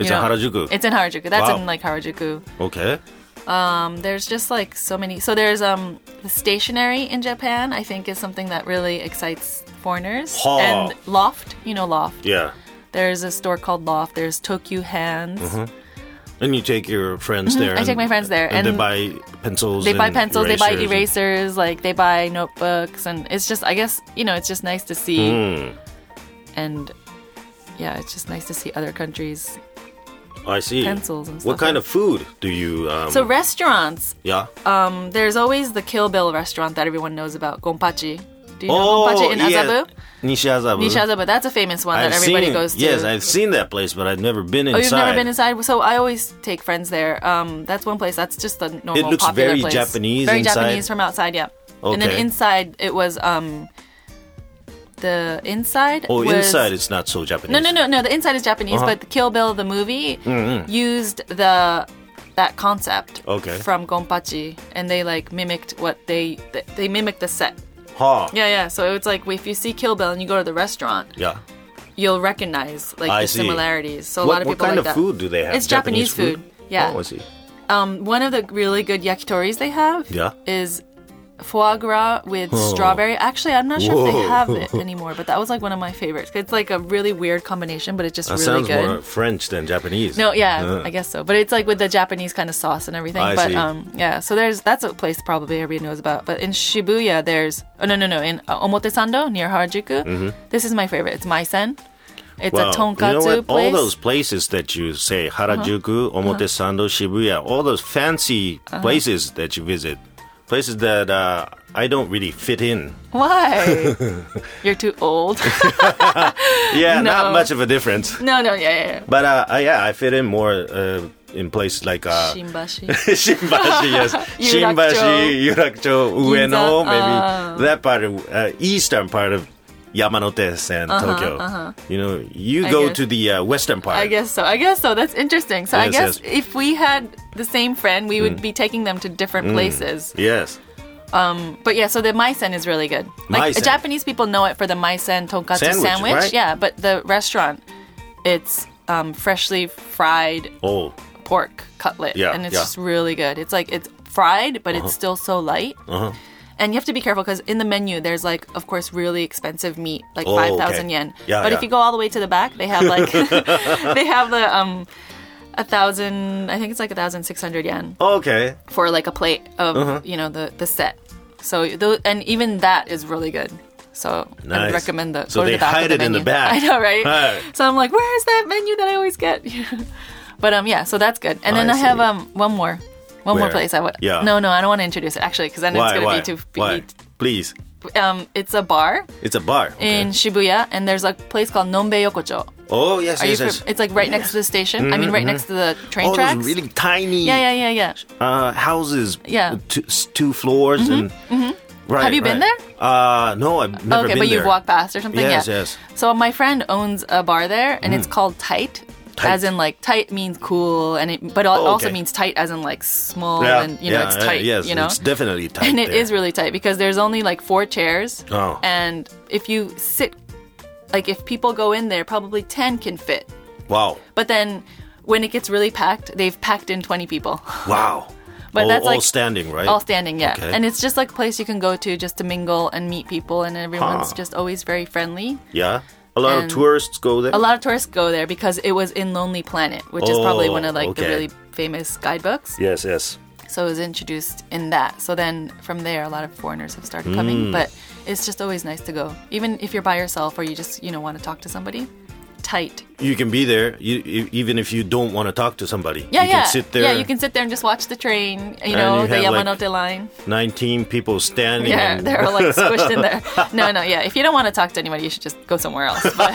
Speaker 1: It's
Speaker 2: You
Speaker 1: a
Speaker 2: know,
Speaker 1: Harajuku.
Speaker 2: It's in Harajuku. That's
Speaker 1: Wow.
Speaker 2: in like Harajuku.
Speaker 1: okay.
Speaker 2: Um, there's just like so many. So there's um the stationery in Japan. I think is something that really excites foreigners.
Speaker 1: Ha.
Speaker 2: And Loft, you know Loft.
Speaker 1: Yeah.
Speaker 2: There's a store called Loft. There's Tokyo Hands.
Speaker 1: Mm-hmm. And you take your friends there.
Speaker 2: Mm-hmm. I
Speaker 1: and-
Speaker 2: take my friends there,
Speaker 1: And,
Speaker 2: and
Speaker 1: they buy pencils.
Speaker 2: They buy
Speaker 1: and
Speaker 2: pencils, they buy
Speaker 1: erasers and-
Speaker 2: erasers, like they buy notebooks, and it's just, I guess, you know, it's just nice to see.
Speaker 1: Hmm.
Speaker 2: And yeah, it's just nice to see other countries.
Speaker 1: I see.
Speaker 2: pencils and
Speaker 1: What
Speaker 2: stuff
Speaker 1: kind
Speaker 2: like-
Speaker 1: of food do you. Um,
Speaker 2: So, restaurants,
Speaker 1: yeah.
Speaker 2: um, there's always the Kill Bill restaurant that everyone knows about, Gonpachi. Do you know
Speaker 1: Oh,
Speaker 2: Honpachi in Azabu?
Speaker 1: Nishiazabu.
Speaker 2: Nishiazabu, that's a famous one that everybody
Speaker 1: Mm-hmm. seen,
Speaker 2: goes to.
Speaker 1: Yes, I've seen that place, but I've never been inside.
Speaker 2: Oh, you've never been inside? So I always take friends there. Um, that's one place. That's just the normal.
Speaker 1: looks
Speaker 2: popular
Speaker 1: very
Speaker 2: place.
Speaker 1: Japanese
Speaker 2: Very
Speaker 1: inside.
Speaker 2: Japanese from outside. Yeah. And then
Speaker 1: Okay.
Speaker 2: inside it was um, the inside.
Speaker 1: Oh,
Speaker 2: was,
Speaker 1: inside it's not so Japanese.
Speaker 2: No, no, no, no. The inside is Japanese,
Speaker 1: Uh-huh. Mm-hmm.
Speaker 2: but Kill Bill the movie used the that concept
Speaker 1: Okay.
Speaker 2: from Gonpachi, and they like mimicked what they th- they mimicked the set.
Speaker 1: Ha.
Speaker 2: Yeah, yeah. So it's like if you see Kill Bill and you go to the restaurant,
Speaker 1: Yeah.
Speaker 2: you'll recognize like
Speaker 1: I
Speaker 2: the
Speaker 1: see.
Speaker 2: similarities. So a
Speaker 1: what,
Speaker 2: lot of
Speaker 1: what
Speaker 2: people
Speaker 1: kind
Speaker 2: like
Speaker 1: of
Speaker 2: that.
Speaker 1: food do they have?
Speaker 2: It's Japanese, food. Yeah.
Speaker 1: Oh, I see.
Speaker 2: Um, one of the really good yakitoris they have
Speaker 1: Yeah.
Speaker 2: is foie gras with strawberry. Actually, I'm not sure if they
Speaker 1: Whoa.
Speaker 2: have it
Speaker 1: <laughs>
Speaker 2: anymore, but that was like one of my favorites. It's like a really weird combination, but it's just
Speaker 1: That
Speaker 2: really
Speaker 1: sounds
Speaker 2: good.
Speaker 1: more French than Japanese.
Speaker 2: No, yeah,
Speaker 1: Uh,
Speaker 2: I guess so. But it's like with the Japanese kind of sauce and everything.
Speaker 1: I
Speaker 2: but
Speaker 1: see.
Speaker 2: um yeah, so there's that's a place probably everybody knows about. But in Shibuya there's oh no no no in uh, Omotesando near Harajuku. This is my favorite. It's Maisen.
Speaker 1: Mm-hmm.
Speaker 2: It's
Speaker 1: Wow.
Speaker 2: a tonkatsu
Speaker 1: you know what?
Speaker 2: place. Uh-huh.
Speaker 1: All those places that you say, Harajuku, Omotesando, Shibuya, all those fancy
Speaker 2: Uh-huh.
Speaker 1: places that you visit, places that uh, I don't really fit in. <laughs>
Speaker 2: Why? You're too old.
Speaker 1: Yeah,
Speaker 2: <laughs> No.
Speaker 1: not much of a difference.
Speaker 2: no, no, yeah, yeah. yeah.
Speaker 1: But uh, uh, yeah, I fit in more uh, in places like uh,
Speaker 2: Shinbashi.
Speaker 1: <laughs> Shinbashi, yes.
Speaker 2: <laughs>
Speaker 1: Shinbashi, Yurakucho, Ueno,
Speaker 2: Ginza,
Speaker 1: maybe
Speaker 2: uh.
Speaker 1: that part of uh, eastern part of Yamanotes and Tokyo. You know, you
Speaker 2: Uh-huh, I
Speaker 1: go
Speaker 2: guess.
Speaker 1: to the uh, western part.
Speaker 2: I guess so. I guess so. That's interesting. So I
Speaker 1: Yes,
Speaker 2: guess
Speaker 1: yes. Mm.
Speaker 2: if we had the same friend, we would be taking them to different places.
Speaker 1: Yes.
Speaker 2: But yeah, so the maisen is really good. Like
Speaker 1: Maisen.
Speaker 2: Japanese people know it for the maisen tonkatsu
Speaker 1: Sandwich,
Speaker 2: sandwich.
Speaker 1: right?
Speaker 2: Yeah, but the restaurant, it's um, freshly fried
Speaker 1: Oh,
Speaker 2: pork cutlet,
Speaker 1: Yeah,
Speaker 2: and it's
Speaker 1: yeah. Uh-huh.
Speaker 2: just really good. It's like it's fried, but it's still so light. And you have to be careful because in the menu there's like, of course, really expensive meat, like
Speaker 1: Oh,
Speaker 2: five thousand
Speaker 1: okay.
Speaker 2: yen.
Speaker 1: Yeah,
Speaker 2: but
Speaker 1: yeah.
Speaker 2: if you go all the way to the back, they have
Speaker 1: <laughs>
Speaker 2: like <laughs> they have the um a thousand. I think it's like a thousand six hundred yen
Speaker 1: okay.
Speaker 2: for like a plate of
Speaker 1: Uh-huh.
Speaker 2: you know the the set. So tho- and even that is really good. So I
Speaker 1: Nice.
Speaker 2: would recommend that.
Speaker 1: So
Speaker 2: go to
Speaker 1: they
Speaker 2: the back
Speaker 1: hide
Speaker 2: of the
Speaker 1: it in the
Speaker 2: menu.
Speaker 1: back.
Speaker 2: <laughs> I know, right?
Speaker 1: Right.
Speaker 2: So I'm like, where is that menu that I always get? <laughs> but um, yeah. So that's good. And then
Speaker 1: I
Speaker 2: I, have
Speaker 1: see.
Speaker 2: um one more, one
Speaker 1: Where?
Speaker 2: more place. I would.
Speaker 1: Yeah.
Speaker 2: No, no, I don't want to introduce it actually because then it's
Speaker 1: Why?
Speaker 2: gonna
Speaker 1: Why?
Speaker 2: be too. be-
Speaker 1: why? Please.
Speaker 2: Um, it's a bar
Speaker 1: It's a bar. Okay.
Speaker 2: in Shibuya, and there's a place called Nombe Yokocho.
Speaker 1: oh, yes,
Speaker 2: Are
Speaker 1: yes,
Speaker 2: you fam-
Speaker 1: yes.
Speaker 2: it's like right next to the station. I mean, right next to the train
Speaker 1: All
Speaker 2: tracks.
Speaker 1: those really tiny
Speaker 2: yeah, yeah, yeah, yeah.
Speaker 1: Uh, houses.
Speaker 2: Yeah. Mm-hmm,
Speaker 1: with Two, s- two floors and. Right,
Speaker 2: Have you been
Speaker 1: right. Uh, no, I've never
Speaker 2: okay,
Speaker 1: been
Speaker 2: but
Speaker 1: there.
Speaker 2: you've walked past or something.
Speaker 1: Yes,
Speaker 2: yeah.
Speaker 1: yes. Mm.
Speaker 2: So my friend owns a bar there, and it's called Tight.
Speaker 1: Tight.
Speaker 2: As in, like tight means cool, and it, but al-
Speaker 1: Oh,
Speaker 2: also
Speaker 1: okay.
Speaker 2: means tight, as in like small,
Speaker 1: Yeah,
Speaker 2: and you know
Speaker 1: yeah,
Speaker 2: it's
Speaker 1: yeah,
Speaker 2: tight.
Speaker 1: Yes,
Speaker 2: you know,
Speaker 1: it's
Speaker 2: <laughs>
Speaker 1: definitely tight.
Speaker 2: and it is
Speaker 1: there.
Speaker 2: really tight because there's only like four chairs,
Speaker 1: Oh.
Speaker 2: and if you sit, like if people go in there, probably ten can fit.
Speaker 1: Wow.
Speaker 2: But then when it gets really packed, they've packed in twenty people.
Speaker 1: Wow.
Speaker 2: But
Speaker 1: all,
Speaker 2: that's
Speaker 1: all
Speaker 2: like-
Speaker 1: standing, right?
Speaker 2: All standing, yeah.
Speaker 1: Okay.
Speaker 2: And it's just like a place you can go to just to mingle and meet people, and everyone's
Speaker 1: Huh.
Speaker 2: just always very friendly.
Speaker 1: yeah. A lot of
Speaker 2: and-
Speaker 1: tourists go there.
Speaker 2: a lot of tourists go there because it was in Lonely Planet, which is probably
Speaker 1: Oh,
Speaker 2: one of like the
Speaker 1: okay.
Speaker 2: really famous guidebooks.
Speaker 1: Yes, yes.
Speaker 2: So it was introduced in that. So then from there, a lot of foreigners have started
Speaker 1: Mm.
Speaker 2: coming. But it's just always nice to go, even if you're by yourself or you just you know want to talk to somebody. Tight.
Speaker 1: You can be there, you, you, even if you don't want to talk to somebody.
Speaker 2: Yeah,
Speaker 1: you
Speaker 2: yeah.
Speaker 1: can sit there.
Speaker 2: Yeah, you can sit there and just watch the train.
Speaker 1: And
Speaker 2: You know
Speaker 1: you
Speaker 2: the
Speaker 1: have, like,
Speaker 2: Yamanote line.
Speaker 1: 19 people standing.
Speaker 2: <laughs> Yeah,
Speaker 1: and-
Speaker 2: they're all, like squished in
Speaker 1: <laughs>
Speaker 2: there. No, no, yeah. If you don't want to talk to anybody, you should just go somewhere else. But,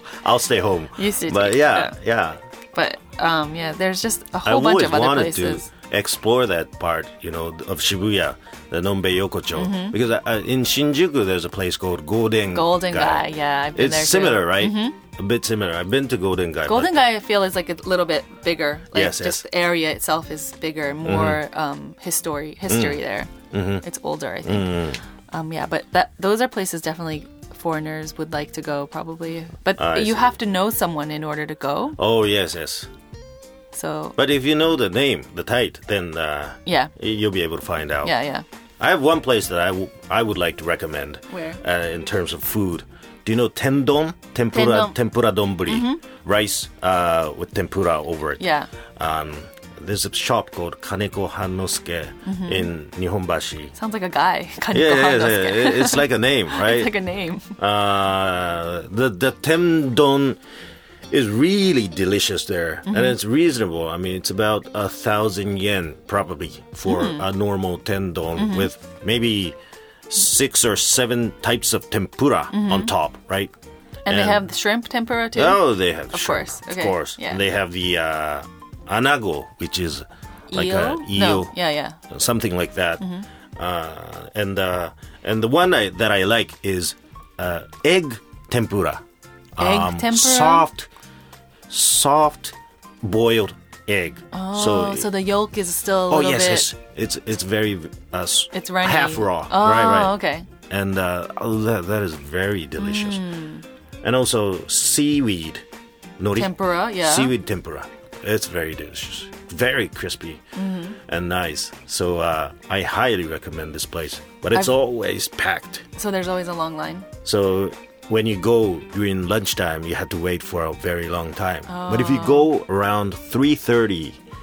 Speaker 2: <laughs>
Speaker 1: I'll stay home.
Speaker 2: You sit-
Speaker 1: But yeah, yeah.
Speaker 2: but um, yeah, there's just a
Speaker 1: I've
Speaker 2: whole bunch
Speaker 1: always
Speaker 2: of other
Speaker 1: wanted
Speaker 2: places.
Speaker 1: to explore that part, you know, of Shibuya, the Nombe Yokocho.
Speaker 2: Mm-hmm.
Speaker 1: Because uh, in Shinjuku, there's a place called Golden
Speaker 2: Golden Guy, yeah, I've been
Speaker 1: It's
Speaker 2: there too. Mm-hmm.
Speaker 1: similar, right? A bit similar. I've been to Golden Guy. but-
Speaker 2: Golden Guy, I feel, is like a little bit bigger. Like
Speaker 1: Yes, Mm-hmm. yes.
Speaker 2: just the area itself is bigger, more um, history history
Speaker 1: Mm.
Speaker 2: there.
Speaker 1: Mm-hmm.
Speaker 2: It's older, I think. Um, yeah, but that those are places definitely foreigners would like to go, probably. But
Speaker 1: I
Speaker 2: you
Speaker 1: see.
Speaker 2: have to know someone in order to go.
Speaker 1: Oh, yes, yes.
Speaker 2: So
Speaker 1: But if you know the name, the tite, then uh,
Speaker 2: yeah,
Speaker 1: you'll be able to find out.
Speaker 2: yeah, yeah.
Speaker 1: I have one place that I, w- I would like to recommend.
Speaker 2: Where?
Speaker 1: Uh, in terms of food. Do you know tendon? Tempura,
Speaker 2: Tendon. Mm-hmm.
Speaker 1: tempura donburi. Rice uh, with tempura over it.
Speaker 2: Yeah.
Speaker 1: Um, there's a shop called Kaneko Hanosuke
Speaker 2: Mm-hmm.
Speaker 1: in Nihonbashi.
Speaker 2: Sounds like a guy. <laughs> Kaneko
Speaker 1: Yeah, yeah, yeah,
Speaker 2: Hanosuke.
Speaker 1: yeah. It- It's like a
Speaker 2: <laughs>
Speaker 1: name, right?
Speaker 2: It's like a name.
Speaker 1: Uh, the the tendon is really delicious there,
Speaker 2: Mm-hmm.
Speaker 1: and it's reasonable. I mean, it's about a
Speaker 2: Mm-hmm.
Speaker 1: thousand yen probably for a normal tendon with maybe six or seven types of tempura
Speaker 2: Mm-hmm.
Speaker 1: on top, right?
Speaker 2: And, they have shrimp tempura too.
Speaker 1: Oh, they have
Speaker 2: Of
Speaker 1: shrimp,
Speaker 2: course,
Speaker 1: of
Speaker 2: okay,
Speaker 1: course.
Speaker 2: yeah.
Speaker 1: And they have the uh, anago, which is like
Speaker 2: eel?
Speaker 1: a eel,
Speaker 2: No, Mm-hmm. yeah, yeah.
Speaker 1: something like that. Uh, and uh, and the one I, that I like is uh, egg tempura.
Speaker 2: Egg tempura.
Speaker 1: Um, Soft, soft boiled egg.
Speaker 2: Oh, so the yolk is still a
Speaker 1: oh
Speaker 2: little
Speaker 1: yes,
Speaker 2: bit.
Speaker 1: yes, it's it's very uh, s-
Speaker 2: It's runny.
Speaker 1: half raw.
Speaker 2: Oh,
Speaker 1: right, right.
Speaker 2: okay.
Speaker 1: And uh, oh, that, that is very delicious. And also seaweed nori.
Speaker 2: Mm. Tempura, yeah.
Speaker 1: Seaweed tempura. It's very delicious. Very crispy
Speaker 2: Mm-hmm.
Speaker 1: and nice. So uh, I highly recommend this place. But it's always packed.
Speaker 2: So there's always a long line.
Speaker 1: So when you go during lunchtime, you have to wait for a very long time. But if you go around 3.30 in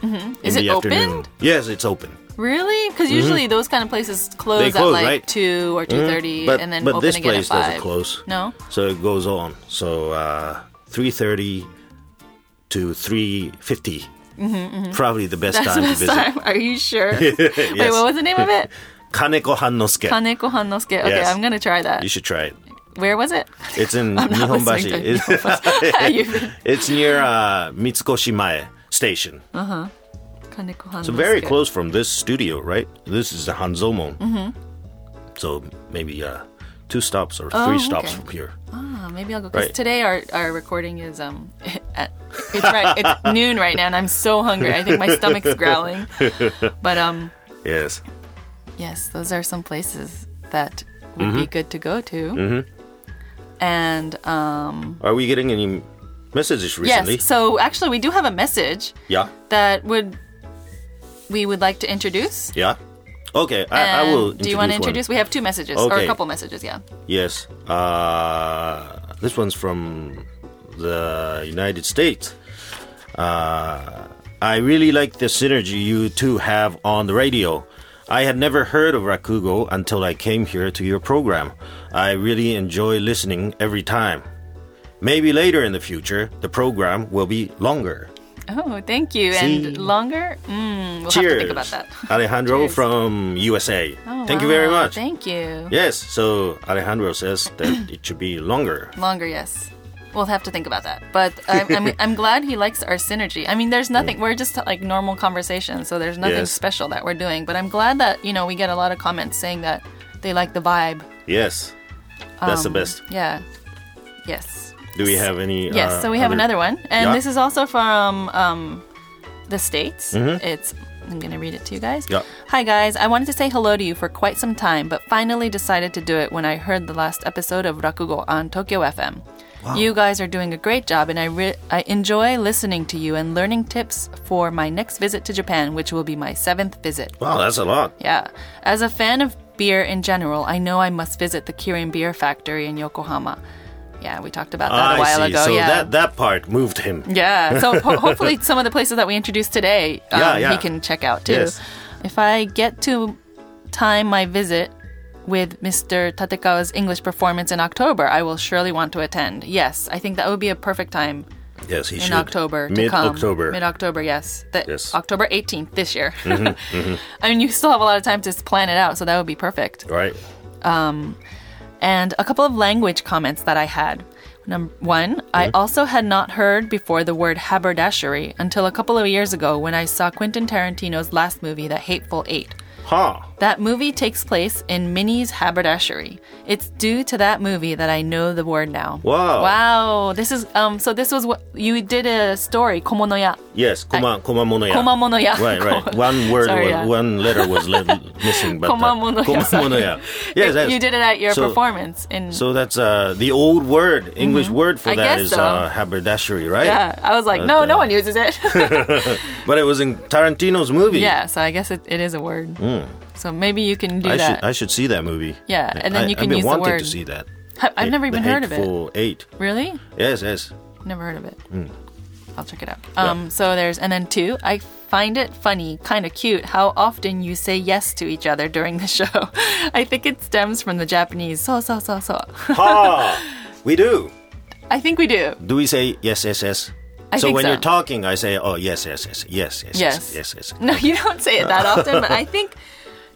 Speaker 2: Oh. Is
Speaker 1: the
Speaker 2: it open?
Speaker 1: afternoon... Yes, it's open.
Speaker 2: Really? Because usually those kind of places close,
Speaker 1: They close,
Speaker 2: at like
Speaker 1: right? Mm-hmm.
Speaker 2: two or two thirty,
Speaker 1: But,
Speaker 2: and then
Speaker 1: but
Speaker 2: open
Speaker 1: this
Speaker 2: again
Speaker 1: place
Speaker 2: at
Speaker 1: doesn't
Speaker 2: five.
Speaker 1: close.
Speaker 2: No.
Speaker 1: So it goes on. So uh, three thirty to three Probably the best
Speaker 2: Mm-hmm, That's
Speaker 1: time to
Speaker 2: the best
Speaker 1: visit. <laughs>
Speaker 2: time. Are you sure? Wait, what was the name of it?
Speaker 1: Kaneko Hannosuke.
Speaker 2: Kaneko Hannosuke. Okay,
Speaker 1: Yes.
Speaker 2: I'm gonna try that.
Speaker 1: you should try it.
Speaker 2: Where was
Speaker 1: <laughs>
Speaker 2: it? <laughs>
Speaker 1: It's in
Speaker 2: I'm not
Speaker 1: Nihonbashi.
Speaker 2: listening to
Speaker 1: It's,
Speaker 2: You've-
Speaker 1: <laughs> it's near uh, Mitsukoshi-mae station.
Speaker 2: Kaneko Hannosuke.
Speaker 1: so very close from this studio, right? This is the Hanzomon.
Speaker 2: Mm-hmm.
Speaker 1: So maybe uh, two stops or three
Speaker 2: Oh,
Speaker 1: stops
Speaker 2: okay.
Speaker 1: from here.
Speaker 2: Ah, maybe I'll go. Because
Speaker 1: Right.
Speaker 2: today our, our recording is um, <laughs> at, it's right, it's noon right now, and I'm so hungry. I think my
Speaker 1: <laughs>
Speaker 2: stomach's growling. But um,
Speaker 1: Yes.
Speaker 2: yes, those are some places that would
Speaker 1: Mm-hmm.
Speaker 2: be good to go to. And um,
Speaker 1: Are we getting any messages recently?
Speaker 2: yes, so actually we do have a message
Speaker 1: Yeah.
Speaker 2: that would we would like to introduce.
Speaker 1: Yeah. Okay, I, I
Speaker 2: And
Speaker 1: will.
Speaker 2: Do you want to
Speaker 1: one.
Speaker 2: introduce? We have two messages or
Speaker 1: Okay.
Speaker 2: a couple messages. Yeah.
Speaker 1: Yes. Uh, this one's from the United States. Uh, I really like the synergy you two have on the radio. I had never heard of Rakugo until I came here to your program. I really enjoy listening every time. Maybe later in the future, the program will be longer.
Speaker 2: Oh, thank you.
Speaker 1: See?
Speaker 2: And longer. Mm, we'll have to think
Speaker 1: Cheers,
Speaker 2: about that.
Speaker 1: <laughs> Alejandro
Speaker 2: Cheers.
Speaker 1: from USA.
Speaker 2: Oh,
Speaker 1: Thank you very
Speaker 2: wow.
Speaker 1: much.
Speaker 2: Thank you.
Speaker 1: Yes, so Alejandro says that it should be longer.
Speaker 2: Longer, yes. We'll have to think about that. But I'm, I'm, I'm glad he likes our synergy. I mean, there's nothing, we're just like normal conversation, so there's nothing
Speaker 1: Mm. Yes.
Speaker 2: special that we're doing. But I'm glad that, you know, we get a lot of comments saying that they like the vibe.
Speaker 1: Yes, that's the
Speaker 2: Um,
Speaker 1: best.
Speaker 2: Yeah. Yes.
Speaker 1: Do we have any?
Speaker 2: Yes,
Speaker 1: uh,
Speaker 2: so we have
Speaker 1: other-
Speaker 2: another one. And
Speaker 1: Yeah.
Speaker 2: this is also from um, the States. It's. I'm going to read it to you guys.
Speaker 1: Mm-hmm. Yeah.
Speaker 2: Hi, guys. I wanted to say hello to you for quite some time, but finally decided to do it when I heard the last episode of Rakugo on Tokyo FM. You guys are doing a great job, and I, re- I enjoy listening to you and learning tips for my next visit to Japan, which will be my seventh visit.
Speaker 1: Wow, that's a lot.
Speaker 2: Yeah. As a fan of beer in general, I know I must visit the Kirin Beer Factory in Yokohama. Yeah, we talked about that a
Speaker 1: I
Speaker 2: while
Speaker 1: see.
Speaker 2: ago.
Speaker 1: so
Speaker 2: yeah.
Speaker 1: that that part moved him. <laughs>
Speaker 2: Yeah. So ho- hopefully, some of the places that we introduced today, um,
Speaker 1: Yeah, yeah.
Speaker 2: he can check out too.
Speaker 1: Yes.
Speaker 2: If I get to time my visit with Mr. Tatekawa's English performance in October, I will surely want to attend. Yes, I think that would be a perfect time
Speaker 1: Yes, he
Speaker 2: in
Speaker 1: should.
Speaker 2: October to
Speaker 1: Mid
Speaker 2: come.
Speaker 1: October.
Speaker 2: Mid October, yes. The,
Speaker 1: Yes. Mm-hmm,
Speaker 2: October 18th this year. <laughs> I mean, you still have a lot of time to plan it out, so that would be perfect
Speaker 1: Right.
Speaker 2: and a couple of language comments that I had. Number one, I also had not heard before the word haberdashery until a couple of years ago when I saw Quentin Tarantino's last movie, The Hateful Eight.
Speaker 1: Huh.
Speaker 2: That movie takes place in Minnie's haberdashery. It's due to that movie that I know the word now.
Speaker 1: Wow.
Speaker 2: Wow. This is um so this was what you did a story, Komonoya.
Speaker 1: Yes, koma komamonoya.
Speaker 2: Komamonoya.
Speaker 1: Right,
Speaker 2: <laughs>
Speaker 1: right. One word,
Speaker 2: Sorry,
Speaker 1: was,
Speaker 2: yeah.
Speaker 1: one letter was le- missing, but uh,
Speaker 2: Komamonoya, sorry. <laughs>
Speaker 1: Komamonoya. Yes, yes.
Speaker 2: you did it at your
Speaker 1: So-
Speaker 2: performance in
Speaker 1: So that's uh, the old word, English word for
Speaker 2: Mm-hmm. I
Speaker 1: that
Speaker 2: guess
Speaker 1: is
Speaker 2: so.
Speaker 1: uh, haberdashery, right?
Speaker 2: Yeah. I was like, no, no one uses
Speaker 1: <laughs>
Speaker 2: it. <laughs>
Speaker 1: But it was in Tarantino's movie.
Speaker 2: Yeah, so I guess it, it is a word. So maybe you can do
Speaker 1: Hmm. I
Speaker 2: that.
Speaker 1: should I should see that movie.
Speaker 2: Yeah, and then
Speaker 1: I,
Speaker 2: you
Speaker 1: I've
Speaker 2: can
Speaker 1: been
Speaker 2: use the
Speaker 1: wanting
Speaker 2: word.
Speaker 1: to see that.
Speaker 2: Ha- I've
Speaker 1: The-
Speaker 2: never even
Speaker 1: the
Speaker 2: heard of it.
Speaker 1: Hateful Eight.
Speaker 2: Really?
Speaker 1: Yes,
Speaker 2: <laughs>
Speaker 1: yes.
Speaker 2: Never heard of it. I'll check it out. Um, so there's, and then two, I find it funny, kind of cute, how often you say yes to each other during the <laughs> show. I think it stems from the Japanese so, so, so, so.
Speaker 1: Ha! we do.
Speaker 2: <laughs> I think we do.
Speaker 1: Do we say yes, yes, yes?
Speaker 2: I
Speaker 1: so
Speaker 2: think
Speaker 1: when
Speaker 2: so.
Speaker 1: you're talking, I say, oh yes, yes, yes, yes, yes, yes,
Speaker 2: Yes.
Speaker 1: yes, yes.
Speaker 2: <laughs> No, you don't say it that often, but I think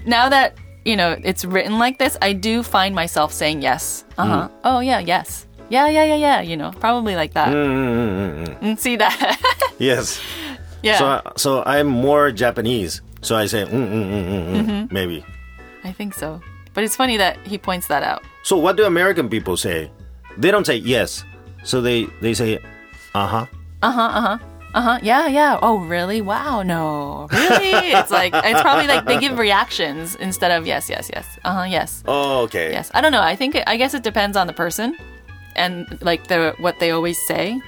Speaker 2: now that you know, it's written like this, I do find myself saying yes. Uh huh. Oh, yeah, yes. Yeah, yeah, yeah, yeah. You know, probably like that. Mm, see that? <laughs>
Speaker 1: Yes.
Speaker 2: yeah.
Speaker 1: So I- so I'm more Japanese. So I say mm, mm, mm, mm, mm,
Speaker 2: Mm-hmm.
Speaker 1: maybe.
Speaker 2: I think so. But it's funny that he points that out.
Speaker 1: So what do American people say? They don't say yes. So they they say uh huh.
Speaker 2: Uh huh. Yeah, yeah. Oh, really? Wow. No. Really? it's like, it's probably like they give reactions instead of yes, yes, yes. Uh huh. Yes.
Speaker 1: Oh, okay.
Speaker 2: Yes. I don't know. I think, it, I guess it depends on the person and like the, what they always say.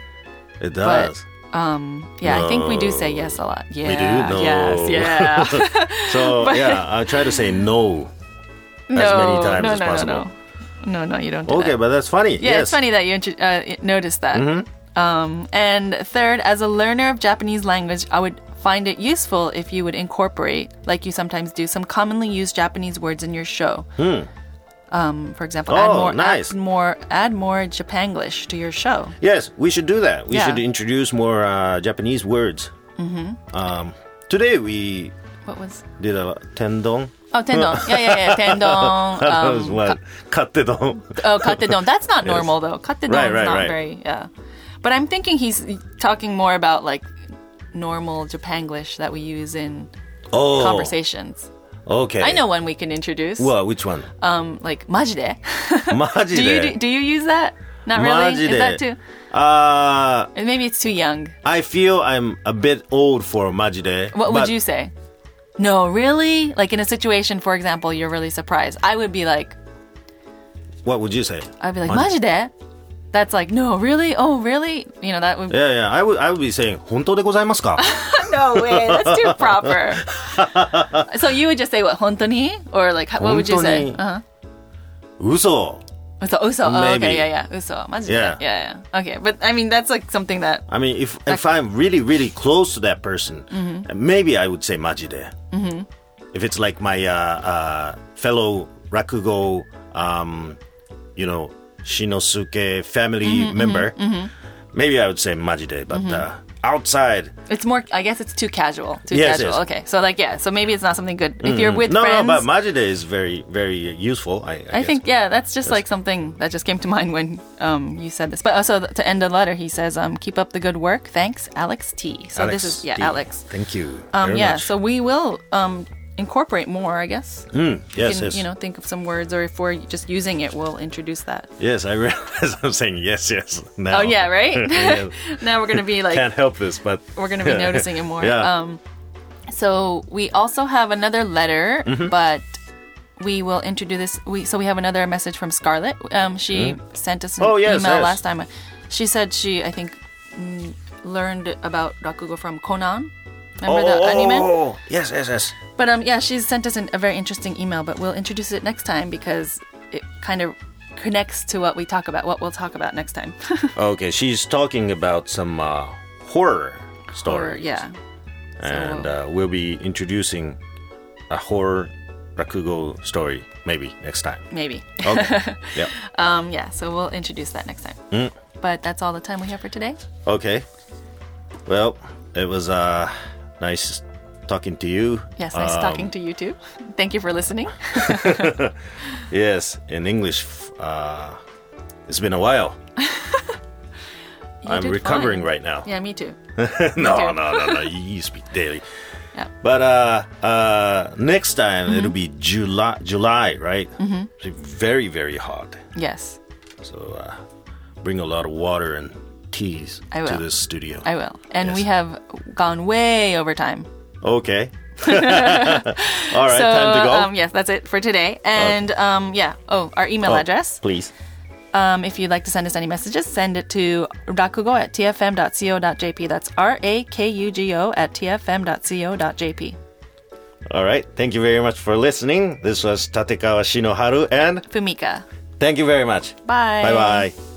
Speaker 1: It
Speaker 2: But,
Speaker 1: does.
Speaker 2: um, yeah, I think we do say yes a lot. Yeah.
Speaker 1: do? No.
Speaker 2: Yes. Yeah. <laughs>
Speaker 1: so yeah, I try to say no.
Speaker 2: no,
Speaker 1: many times <laughs>
Speaker 2: no,
Speaker 1: as
Speaker 2: no,
Speaker 1: possible.
Speaker 2: No, no, no, no, you don't. Do
Speaker 1: Okay,
Speaker 2: that.
Speaker 1: but that's funny.
Speaker 2: yeah,
Speaker 1: yes. Mm-hmm.
Speaker 2: it's funny that you intro- uh, noticed that. Um, and third, as a learner of Japanese language, I would find it useful if you would incorporate, like you sometimes do, some commonly used Japanese words in your show. Um, for example, add
Speaker 1: Hmm. Oh,
Speaker 2: more,
Speaker 1: nice.
Speaker 2: add more, add more Japanglish to your show.
Speaker 1: Yes, we should do that. We
Speaker 2: Yeah.
Speaker 1: should introduce more uh, Japanese words. Mm-hmm. Um, today we
Speaker 2: What was?
Speaker 1: did a tendon.
Speaker 2: Oh, tendon. yeah, yeah, yeah. Tendon.
Speaker 1: <laughs> That
Speaker 2: Um,
Speaker 1: was what? Kattedon.
Speaker 2: <laughs> Oh, kattedon. That's
Speaker 1: <laughs>
Speaker 2: not normal though. Kattedon
Speaker 1: Right, right,
Speaker 2: is not
Speaker 1: right.
Speaker 2: very yeah. But I'm thinking he's talking more about like normal Japanglish that we use in
Speaker 1: Oh,
Speaker 2: conversations.
Speaker 1: Okay.
Speaker 2: I know one we can introduce.
Speaker 1: Well, which
Speaker 2: <laughs>
Speaker 1: one?
Speaker 2: Um, like majide.
Speaker 1: Majide.
Speaker 2: <laughs> do you do, do you use that? Not really. Is that too?
Speaker 1: Uh,
Speaker 2: and Maybe it's too young.
Speaker 1: I feel I'm a bit old for majide.
Speaker 2: What
Speaker 1: but-
Speaker 2: would you say? No, really? Like in a situation, for example, you're really surprised. I would be like,
Speaker 1: What would you say?
Speaker 2: I'd be like,
Speaker 1: Maji-
Speaker 2: majide. That's like, no, really? Oh, really? You know, that would
Speaker 1: Yeah, yeah. I would, I would be saying
Speaker 2: <laughs>
Speaker 1: 本当でございますか?
Speaker 2: No way, that's
Speaker 1: <laughs>
Speaker 2: too proper. so you would just say what hontoni or like h- what would
Speaker 1: 本当
Speaker 2: you say?
Speaker 1: に。
Speaker 2: Uh-huh.
Speaker 1: Uso.
Speaker 2: So uso. Oh,
Speaker 1: Maybe.
Speaker 2: okay, yeah, yeah. Uso. Majide.
Speaker 1: Yeah.
Speaker 2: Yeah. yeah, Okay, but I mean that's like something that
Speaker 1: I mean, if if I'm really really close to that person,
Speaker 2: Mm-hmm.
Speaker 1: maybe I would say majide. If it's like my uh, uh, fellow rakugo, um, you know, shinosuke family
Speaker 2: Mm-hmm,
Speaker 1: member, maybe I would say majide. But uh, outside,
Speaker 2: it's more. I guess it's too casual. Too
Speaker 1: Yes,
Speaker 2: casual.
Speaker 1: yes. Mm.
Speaker 2: Okay, so like yeah, so maybe it's not something good if you're with
Speaker 1: no,
Speaker 2: friends.
Speaker 1: no, but majide is very very useful. I, I,
Speaker 2: I
Speaker 1: guess.
Speaker 2: think yeah, that's just like something that just came to <laughs> mind when um, you said this. But also th- to end the letter, he says, um, "Keep up the good work, thanks, Alex T." So
Speaker 1: Alex
Speaker 2: this is yeah,
Speaker 1: D.
Speaker 2: Alex.
Speaker 1: Thank you.
Speaker 2: Um,
Speaker 1: very
Speaker 2: yeah,
Speaker 1: much.
Speaker 2: so we will um, incorporate more, I guess.
Speaker 1: yes,
Speaker 2: can,
Speaker 1: yes,
Speaker 2: you know, think of some words, or if we're just using it, we'll introduce that.
Speaker 1: yes. I realize <laughs> I'm saying yes, yes. Now.
Speaker 2: Oh yeah, right.
Speaker 1: <laughs>
Speaker 2: <laughs>
Speaker 1: Yeah.
Speaker 2: now we're gonna
Speaker 1: <laughs>
Speaker 2: be like,
Speaker 1: Can't help this, but
Speaker 2: <laughs> we're
Speaker 1: <laughs>
Speaker 2: gonna be noticing it more.
Speaker 1: Yeah.
Speaker 2: Um, so we also have another letter,
Speaker 1: Mm-hmm.
Speaker 2: but we will introduce this. We so we have another message from Scarlett. Um, she sent us an
Speaker 1: Oh, yes,
Speaker 2: email
Speaker 1: yes.
Speaker 2: last time. She said she, I think, mm, learned about rakugo from Conan. Remember
Speaker 1: oh,
Speaker 2: the
Speaker 1: oh,
Speaker 2: anime?
Speaker 1: oh, oh, yes, yes, yes.
Speaker 2: But um, yeah, she's sent us an, a very interesting email, but we'll introduce it next time because it kind of connects to what we talk about, what we'll talk about next time. <laughs>
Speaker 1: Okay, she's talking about some uh, horror
Speaker 2: or
Speaker 1: stories.
Speaker 2: yeah,
Speaker 1: And uh, we'll be introducing a horror rakugo story maybe next time.
Speaker 2: maybe. <laughs>
Speaker 1: Okay. yeah.
Speaker 2: Um, yeah, so we'll introduce that next time.
Speaker 1: Mm.
Speaker 2: But that's all the time we have for today.
Speaker 1: Okay. Well, it was uh, nice talking to you. Uh,
Speaker 2: Yes, nice
Speaker 1: Um,
Speaker 2: talking to you too. <laughs> Thank you for listening.
Speaker 1: Yes, in English, f- uh, it's been a while.
Speaker 2: You
Speaker 1: I'm
Speaker 2: did
Speaker 1: recovering
Speaker 2: fine.
Speaker 1: right now.
Speaker 2: Yeah, me too.
Speaker 1: <laughs> no,
Speaker 2: too.
Speaker 1: no, no, no. You speak daily.
Speaker 2: Yeah. Mm-hmm.
Speaker 1: But uh, uh, next time it'll be July, July, right? Mm-hmm. very, very hot.
Speaker 2: Yes,
Speaker 1: So uh, bring a lot of water and teas
Speaker 2: I
Speaker 1: to
Speaker 2: will.
Speaker 1: this studio.
Speaker 2: I will. And we
Speaker 1: Yes.
Speaker 2: have gone way over time. <laughs>
Speaker 1: okay. <laughs> All right,
Speaker 2: so
Speaker 1: time to go.
Speaker 2: um, yes, that's it for today. And um, yeah, oh, our email
Speaker 1: Oh,
Speaker 2: address.
Speaker 1: please.
Speaker 2: Um, if you'd like to send us any messages, send it to rakugo at tfm.co.jp. That's R A K U G O at tfm.co.jp.
Speaker 1: All right. Thank you very much for listening. This was Tatekawa Shinoharu, and
Speaker 2: Fumika.
Speaker 1: thank you very much.
Speaker 2: Bye.
Speaker 1: Bye bye.